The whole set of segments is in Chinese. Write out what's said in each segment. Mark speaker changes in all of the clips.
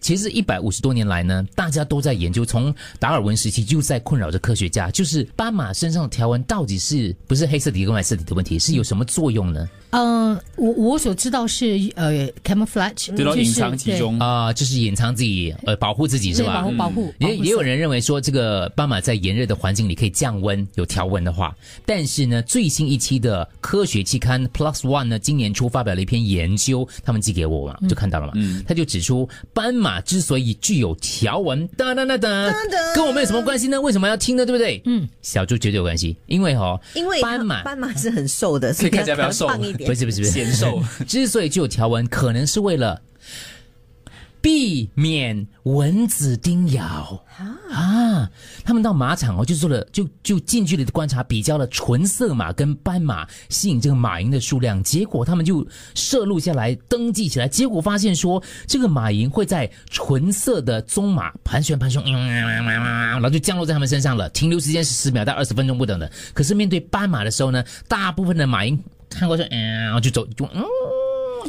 Speaker 1: 其实一百五十多年来呢，大家都在研究，从达尔文时期就在困扰着科学家，就是斑马身上的条纹到底是不是黑色体跟白色体的问题，是有什么作用呢？
Speaker 2: 嗯，我我所知道是呃 camouflage，
Speaker 3: 对到
Speaker 2: 就是
Speaker 3: 隐藏其中，
Speaker 1: 啊、就是隐藏自己，呃，保护自己
Speaker 2: 对
Speaker 1: 是
Speaker 2: 对，
Speaker 1: 吧？
Speaker 2: 保护保护。保
Speaker 1: 也
Speaker 2: 护
Speaker 1: 也有
Speaker 2: 色
Speaker 1: 人认为说，这个斑马在炎热的环境里可以降温，有条纹的话。但是呢，最新一期的科学期刊《Plus One》呢，今年初发表了一篇研究，他们寄给我嘛，就看到了嘛。他就指出，斑马之所以具有条纹，哒哒哒哒，跟我们有什么关系呢？为什么要听呢？对不对？嗯，小猪绝对有关系，因为哦，
Speaker 4: 因为
Speaker 1: 斑马
Speaker 4: 斑马是很瘦的，
Speaker 3: 所以看起来比较瘦
Speaker 4: 胖一点
Speaker 1: 不。是不是不是
Speaker 3: 显瘦。
Speaker 1: 之所以具有条纹，可能是为了避免蚊子叮咬啊。他们到马场哦，就做了就就近距离的观察，比较了纯色马跟斑马吸引这个马蝇的数量，结果他们就摄录下来登记起来，结果发现说这个马蝇会在纯色的棕马盘旋盘旋，嗯然后就降落在他们身上了，停留时间是十秒到二十分钟不等的。可是面对斑马的时候呢，大部分的马蝇看过去，嗯，然后就走就嗯。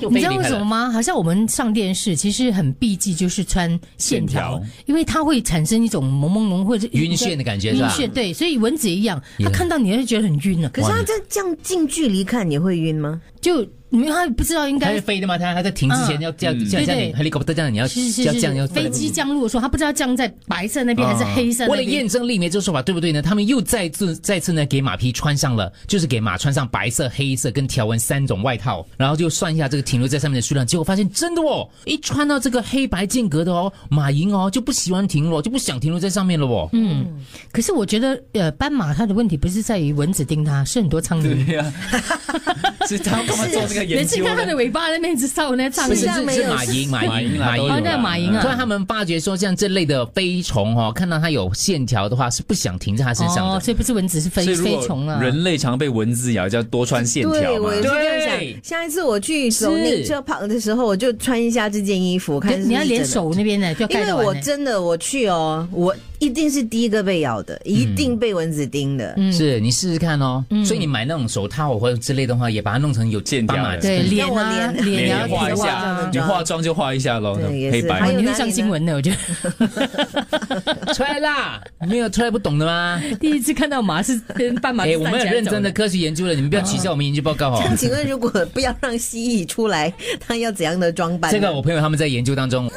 Speaker 1: 就飞
Speaker 2: 你知道
Speaker 1: 离
Speaker 2: 为
Speaker 1: 开
Speaker 2: 什
Speaker 1: 了
Speaker 2: 么吗？好像我们上电视其实很避忌，就是穿线条，
Speaker 3: 线条
Speaker 2: 因为它会产生一种朦朦胧或者
Speaker 1: 晕眩的感觉是
Speaker 2: 晕
Speaker 1: 吧
Speaker 2: 眩对，所以蚊子也一样，
Speaker 1: 也
Speaker 2: 它看到你会觉得很晕啊，
Speaker 4: 可是他这这样近距离看，你会晕吗？
Speaker 2: 就因为它不知道应
Speaker 1: 它
Speaker 2: 该
Speaker 1: 是飞的嘛，它它在停之前
Speaker 2: 嗯
Speaker 1: 要这样，
Speaker 3: 嗯
Speaker 1: 像像
Speaker 2: 对
Speaker 1: 你
Speaker 2: 对
Speaker 1: helicopter 这样，你要
Speaker 2: 是
Speaker 1: 要
Speaker 2: 是
Speaker 1: 这样要
Speaker 2: 是飞机降落的时候，它不知道降在白色那边还是黑色
Speaker 1: 哦为了
Speaker 2: 那边
Speaker 1: 验。证利梅这个说法对不对呢？他们又再次再次呢给马匹穿上了，就是给马穿上白色、黑色跟条纹三种外套，然后就算一下这个停留在上面的数量，结果发现真的哦，一穿到这个黑白间隔的哦，马蝇哦就不喜欢停了，就不想停留在上面了哦。嗯，
Speaker 2: 可是我觉得，呃，斑马它的问题不是在于蚊子叮它，是很多苍蝇。
Speaker 3: 对呀，啊是他们干嘛做这个
Speaker 2: 每
Speaker 3: 研
Speaker 2: 次
Speaker 3: 究
Speaker 2: 看它
Speaker 3: 呢？
Speaker 2: 的尾巴在那边一直扫那苍
Speaker 4: 不
Speaker 1: 是
Speaker 4: 这
Speaker 2: 蝇
Speaker 4: 样，
Speaker 1: 是
Speaker 4: 没
Speaker 1: 是
Speaker 4: 有
Speaker 1: 马蝇，马
Speaker 3: 马
Speaker 1: 蝇，
Speaker 3: 蝇啦，都有
Speaker 2: 哦那
Speaker 3: 啦
Speaker 2: 马蝇啊
Speaker 1: 突然他们发觉说，像这类的飞虫哦，看到它有线条的话，是不想停在它身上的。
Speaker 2: 哦，所以不是蚊子是飞
Speaker 3: 所以如
Speaker 2: 飞
Speaker 3: 果
Speaker 2: 虫啊。
Speaker 3: 人类常被蚊子咬，叫多穿线条
Speaker 4: 对，
Speaker 3: 嘛
Speaker 4: 我。也是这样
Speaker 1: 对
Speaker 4: 想。下一次我去走那车旁的时候，我就穿一下这件衣服，看
Speaker 2: 对
Speaker 4: 是不是
Speaker 2: 你要连
Speaker 4: 真的。
Speaker 2: 手那边呢，就
Speaker 4: 因
Speaker 2: 盖
Speaker 4: 为
Speaker 2: 到完
Speaker 4: 我
Speaker 2: 呢
Speaker 4: 真的我去哦，我一定是第一个被咬的，一定被蚊子叮的。
Speaker 2: 嗯
Speaker 1: 是你试试看哦。所以你买那种手套或者之类的话，也把它弄成有
Speaker 3: 线条
Speaker 1: 斑马
Speaker 3: 的
Speaker 2: 对
Speaker 4: 让
Speaker 2: 脸
Speaker 4: 我
Speaker 2: 啊
Speaker 4: 脸
Speaker 2: 脸
Speaker 3: 你
Speaker 2: 也
Speaker 3: 也
Speaker 2: 要
Speaker 3: 画一
Speaker 2: 贴
Speaker 3: 下
Speaker 2: 啊，
Speaker 3: 你化妆就画一下喽，
Speaker 4: 对也是
Speaker 3: 黑
Speaker 2: 啊
Speaker 4: 还
Speaker 3: 白
Speaker 4: 有。
Speaker 2: 你会
Speaker 4: 哪里
Speaker 2: 上
Speaker 4: 呢
Speaker 2: 新闻的，我觉 得。
Speaker 1: 出来啦！没有出来不懂的吗？
Speaker 2: 第一次看到马是跟斑马
Speaker 1: 哎、
Speaker 2: 是
Speaker 1: 我
Speaker 2: 站
Speaker 1: 们
Speaker 2: 起
Speaker 1: 有
Speaker 2: 来
Speaker 1: 认
Speaker 2: 走
Speaker 1: 真的，科学研究了，你们不要取笑我们研究报 告哦
Speaker 4: 那。请问，如果不要让蜥蜴出来，它要怎样的装扮呢？
Speaker 1: 这个我朋友他们在研究当中，